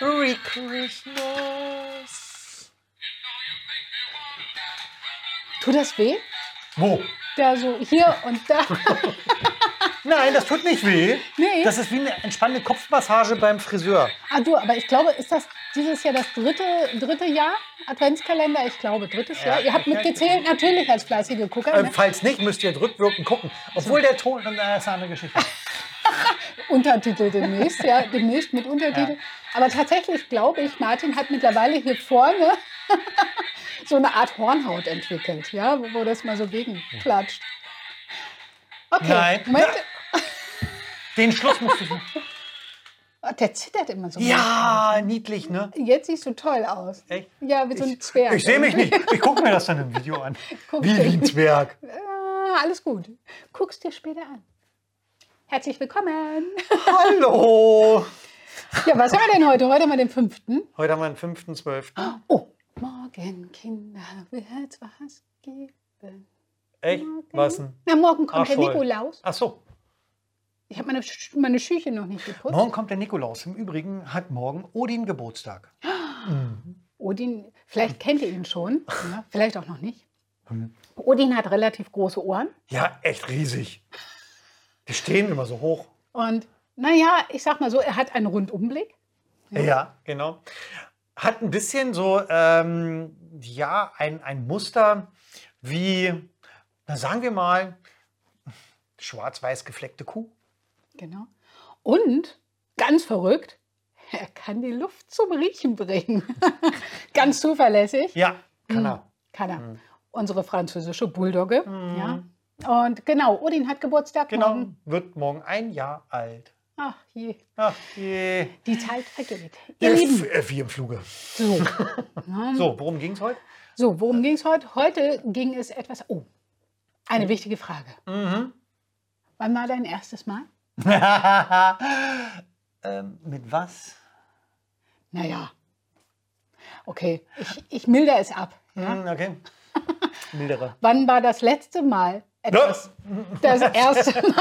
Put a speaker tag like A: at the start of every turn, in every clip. A: Merry Christmas. Tut das weh?
B: Wo?
A: Da so, hier und da.
B: Nein, das tut nicht weh.
A: Nee.
B: Das ist wie eine entspannende Kopfmassage beim Friseur.
A: Ah, du, aber ich glaube, ist das dieses Jahr das dritte, dritte Jahr Adventskalender? Ich glaube, drittes
B: Ja,
A: Jahr. Ihr habt
B: ich-
A: mitgezählt, natürlich als fleißige Gucker.
B: Ähm,
A: Ne?
B: falls nicht, müsst ihr rückwirkend gucken. Obwohl der Ton, äh, das ist eine andere Geschichte.
A: Untertitel demnächst, ja, demnächst mit Untertitel. Aber tatsächlich glaube ich, Martin hat mittlerweile hier vorne so eine Art Hornhaut entwickelt, ja, wo- wo das mal so gegenklatscht. Okay,
B: Nein.
A: Moment.
B: Den Schluss musst du.
A: Ah, der zittert immer so.
B: Ja, niedlich, ne?
A: Jetzt siehst du toll aus.
B: Echt?
A: Ja, wie so ein Zwerg.
B: Ich sehe mich nicht. Ich gucke mir das dann im Video an.
A: Guck
B: Wie,
A: dir-
B: wie ein Zwerg.
A: Ah, alles gut. Guck's dir später an. Herzlich willkommen.
B: Hallo.
A: Ja, was haben wir denn heute? Heute haben wir den fünften.
B: Heute haben wir den 5.12.
A: Oh, morgen, Kinder, wird's was geben.
B: Echt? Was denn?
A: Na, morgen kommt der
B: Arschvoll.
A: Nikolaus.
B: Ach so.
A: Ich habe meine, Sch- meine Schüchen noch nicht geputzt.
B: Morgen kommt der Nikolaus. Im Übrigen hat morgen Odin Geburtstag.
A: Odin, vielleicht kennt ihr ihn schon, ja, vielleicht auch noch nicht. Odin hat relativ große Ohren
B: Ja, echt riesig. Die stehen immer so hoch.
A: und naja, ich sag mal so, er hat einen Rundumblick.
B: Ja, genau. Hat ein bisschen so, ähm, ja, ein, ein Muster wie, na sagen wir mal, schwarz-weiß gefleckte Kuh.
A: Genau. Und ganz verrückt, er kann die Luft zum Riechen bringen. ganz zuverlässig.
B: Ja, Mhm. kann er.
A: Kann er. Unsere französische Bulldogge. Ja. Und genau, Odin hat Geburtstag.
B: Genau,
A: morgen.
B: wird morgen ein Jahr alt.
A: Ach je,
B: Ach je.
A: die Zeit vergeht. Ihr Lieben.
B: F, wie im Fluge.
A: So.
B: So, worum ging es heute?
A: So, worum ging es heute? Heute ging es etwas. Oh, eine wichtige Frage. Wann war dein erstes Mal?
B: ähm, mit was?
A: Naja. Okay, ich, ich milder es ab. Ja?
B: Hm, okay. Mildere.
A: Wann war das letzte Mal
B: Ne?
A: etwas? Das erste Mal.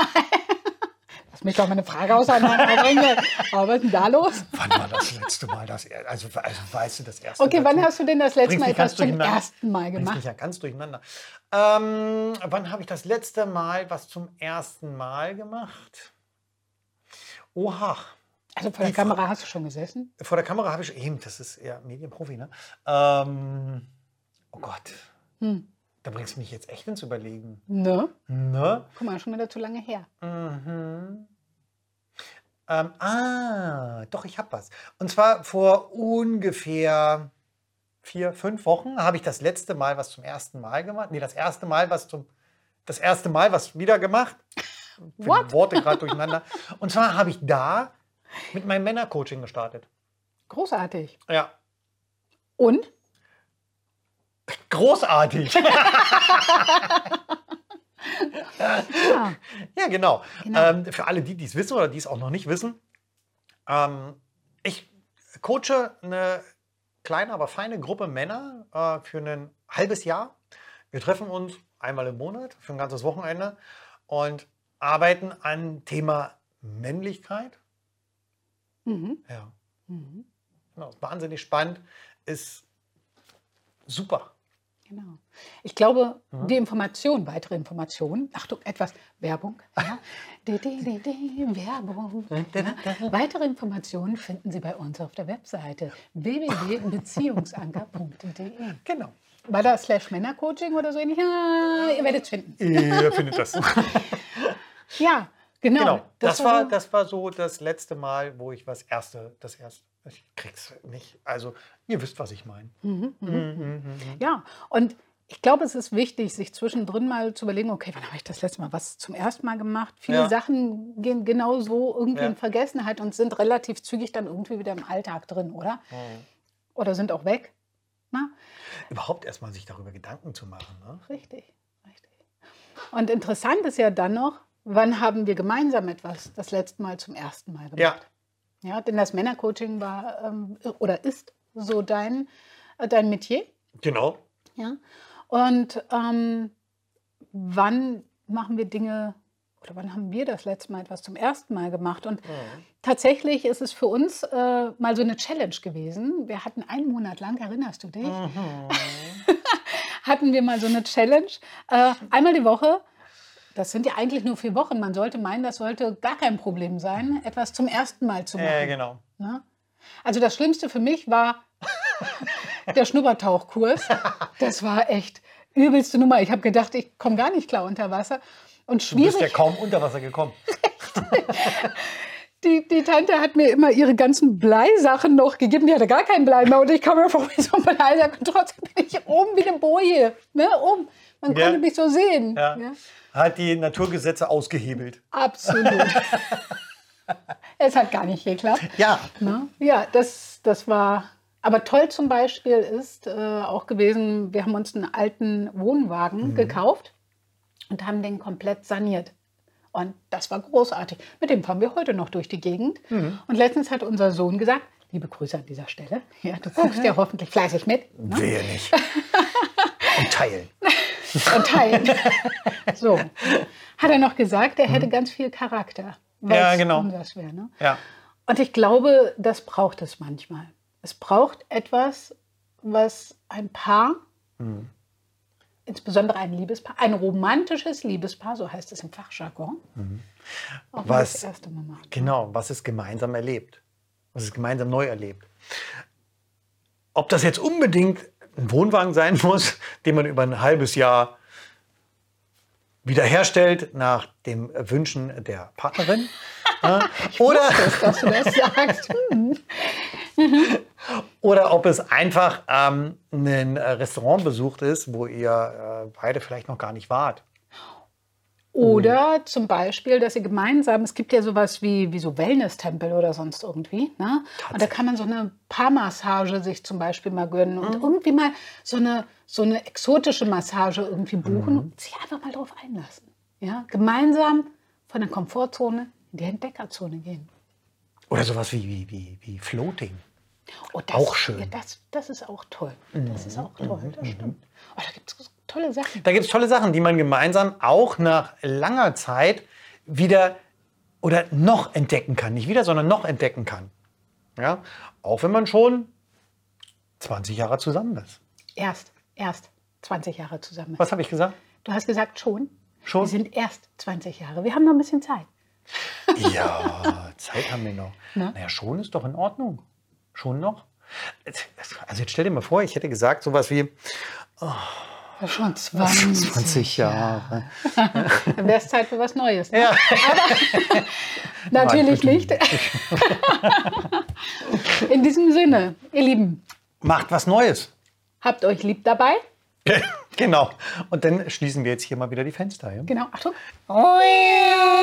A: Lass mich doch mal eine Frage auseinanderbringen. Aber was ist denn da los?
B: Wann war das letzte Mal das? er- Also, also weißt du das erste
A: Okay,
B: Mal?
A: wann hast du denn das letzte
B: Bringst
A: Mal
B: mich ganz
A: etwas zum
B: durcheinander.
A: ersten Mal
B: Bringst
A: gemacht?
B: mich ja ganz durcheinander. Ähm, wann habe ich das letzte Mal was zum ersten Mal gemacht? Oha.
A: Also vor der Kamera hast du schon gesessen?
B: Vor der Kamera habe ich eben, das ist eher Medienprofi, ne? Ähm, oh Gott.
A: Hm.
B: Da bringst du mich jetzt echt ins Überlegen.
A: Ne?
B: Ne?
A: Guck mal, schon wieder zu lange her.
B: Mhm. Ähm, ah, doch, ich habe was. Und zwar vor ungefähr vier, fünf Wochen habe ich das letzte Mal was zum ersten Mal gemacht. Nee, das erste Mal was zum. Das erste Mal was wieder gemacht. Ich
A: What?
B: finde Worte gerade durcheinander. Und zwar habe ich da mit meinem Männercoaching gestartet.
A: Großartig.
B: Ja.
A: Und?
B: Großartig.
A: Ja.
B: Ja, genau.
A: Genau.
B: Ähm, für alle, die die es wissen oder die es auch noch nicht wissen, ähm, ich coache eine kleine, aber feine Gruppe Männer äh, für ein halbes Jahr. Wir treffen uns einmal im Monat für ein ganzes Wochenende und arbeiten an Thema Männlichkeit.
A: Mhm.
B: Ja,
A: Mhm.
B: genau. Ist wahnsinnig spannend. Ist super.
A: Genau. Ich glaube, die Information, weitere Informationen, Achtung, etwas Werbung. Ja. Di, di, di, di, Werbung. Ja. Weitere Informationen finden Sie bei uns auf der Webseite www.beziehungsanker.de.
B: Genau.
A: War da slash Männercoaching oder so ähnlich? Ja, ihr werdet es finden.
B: Ihr findet das.
A: Ja, genau.
B: Genau, das, war,
A: so-
B: das war so das letzte Mal, wo ich was erste, das erste, ich krieg's nicht. Also, ihr wisst, was ich meine.
A: Ja, und ich glaube, es ist wichtig, sich zwischendrin mal zu überlegen, okay, wann habe ich das letzte Mal was zum ersten Mal gemacht? Viele
B: Ja.
A: Sachen gehen genau so irgendwie
B: Ja.
A: in Vergessenheit und sind relativ zügig dann irgendwie wieder im Alltag drin, oder?
B: Mhm.
A: Oder sind auch weg. Na,
B: Überhaupt erstmal sich darüber Gedanken zu machen. Ne?
A: richtig, richtig. Und interessant ist ja dann noch, wann haben wir gemeinsam etwas das letzte Mal zum ersten Mal gemacht?
B: Ja,
A: Ja, denn das Männercoaching war ähm, oder ist so dein, äh, dein Metier.
B: genau.
A: Ja. Und ähm, wann machen wir Dinge oder wann haben wir das letzte Mal etwas zum ersten Mal gemacht? Und tatsächlich ist es für uns äh, mal so eine Challenge gewesen. Wir hatten einen Monat lang, erinnerst du dich, hatten wir mal so eine Challenge. Äh, einmal die Woche, das sind ja eigentlich nur vier Wochen, man sollte meinen, das sollte gar kein Problem sein, etwas zum ersten Mal zu machen.
B: Ja, genau.
A: Ne? Also das Schlimmste für mich war der Schnuppertauchkurs. Das war echt übelste Nummer. Ich habe gedacht, ich komme gar nicht klar unter Wasser. Und
B: Du bist ja
A: schwierig,
B: kaum unter Wasser gekommen.
A: die, die Tante hat mir immer ihre ganzen Bleisachen noch gegeben. Die hatte gar keinen Blei mehr und ich kam mir vor wie so ein Bleisack und trotzdem bin ich oben wie eine Boje. Ne? Oben. Man
B: Ja.
A: konnte mich so sehen.
B: Ja.
A: Ja.
B: Hat die Naturgesetze ausgehebelt.
A: Absolut. es hat gar nicht geklappt.
B: Ja,
A: Ne? Ja, das, das war. Aber toll zum Beispiel ist äh, auch gewesen, wir haben uns einen alten Wohnwagen
B: Mhm.
A: gekauft und haben den komplett saniert. Und das war großartig. Mit dem fahren wir heute noch durch die Gegend.
B: Mhm.
A: Und letztens hat unser Sohn gesagt, liebe Grüße an dieser Stelle, ja, du guckst ja hoffentlich fleißig mit ne?
B: wehe nicht. Und teilen.
A: und teilen. so. Hat er noch gesagt, er hätte ganz viel Charakter. weil
B: Mhm. Ja,
A: es
B: genau.
A: unseres Wär, ne?
B: Ja.
A: Und ich glaube, das braucht es manchmal. Es braucht etwas, was ein Paar, insbesondere ein Liebespaar, ein romantisches Liebespaar, so heißt es im Fachjargon, auch wenn
B: Was-
A: das erste Mal macht.
B: Genau, was ist gemeinsam erlebt? Was ist gemeinsam neu erlebt? Ob das jetzt unbedingt ein Wohnwagen sein muss, den man über ein halbes Jahr wiederherstellt nach dem Wünschen der Partnerin. äh, oder,
A: Dass du das sagst. Hm.
B: oder ob es einfach ähm, ein äh, Restaurantbesuch ist, wo ihr äh, beide vielleicht noch gar nicht wart. Mhm.
A: Oder zum Beispiel, dass ihr gemeinsam, es gibt ja sowas wie, wie so Wellness-Tempel oder sonst irgendwie, ne? Und da kann man so eine Paarmassage sich zum Beispiel mal gönnen und
B: Mhm.
A: irgendwie mal so eine, so eine exotische Massage irgendwie
B: Mhm.
A: buchen und sich einfach mal drauf einlassen. Ja? Gemeinsam von der Komfortzone in die Entdeckerzone gehen.
B: Oder sowas wie, wie, wie, wie Floating.
A: Oh, das,
B: Auch schön. Mhm.
A: Ja, das, das ist auch toll. Das ist auch toll, das stimmt. Oh, da gibt es tolle Sachen.
B: Da gibt es tolle Sachen, die man gemeinsam auch nach langer Zeit wieder oder noch entdecken kann. Nicht wieder, sondern noch entdecken kann. Ja? Auch wenn man schon 20 Jahre zusammen ist.
A: Erst, erst 20 Jahre zusammen.
B: Was habe ich gesagt?
A: Du hast gesagt schon.
B: Schon?
A: Wir sind erst 20 Jahre. Wir haben noch ein bisschen Zeit.
B: Ja, Zeit haben wir noch. Na? Naja, schon ist doch in Ordnung. Schon noch. Also jetzt stell dir mal vor, ich hätte gesagt sowas wie Ah,
A: Ja, Schon 20.
B: 20 Jahre.
A: Dann wäre es Zeit für was Neues. Ne? Aber natürlich
B: Nein,
A: nicht. In diesem Sinne, ihr Lieben,
B: Macht was Neues.
A: habt euch lieb dabei.
B: genau. Und dann schließen wir jetzt hier mal wieder die Fenster. Ja?
A: Genau. Achtung.
B: Oh, ja.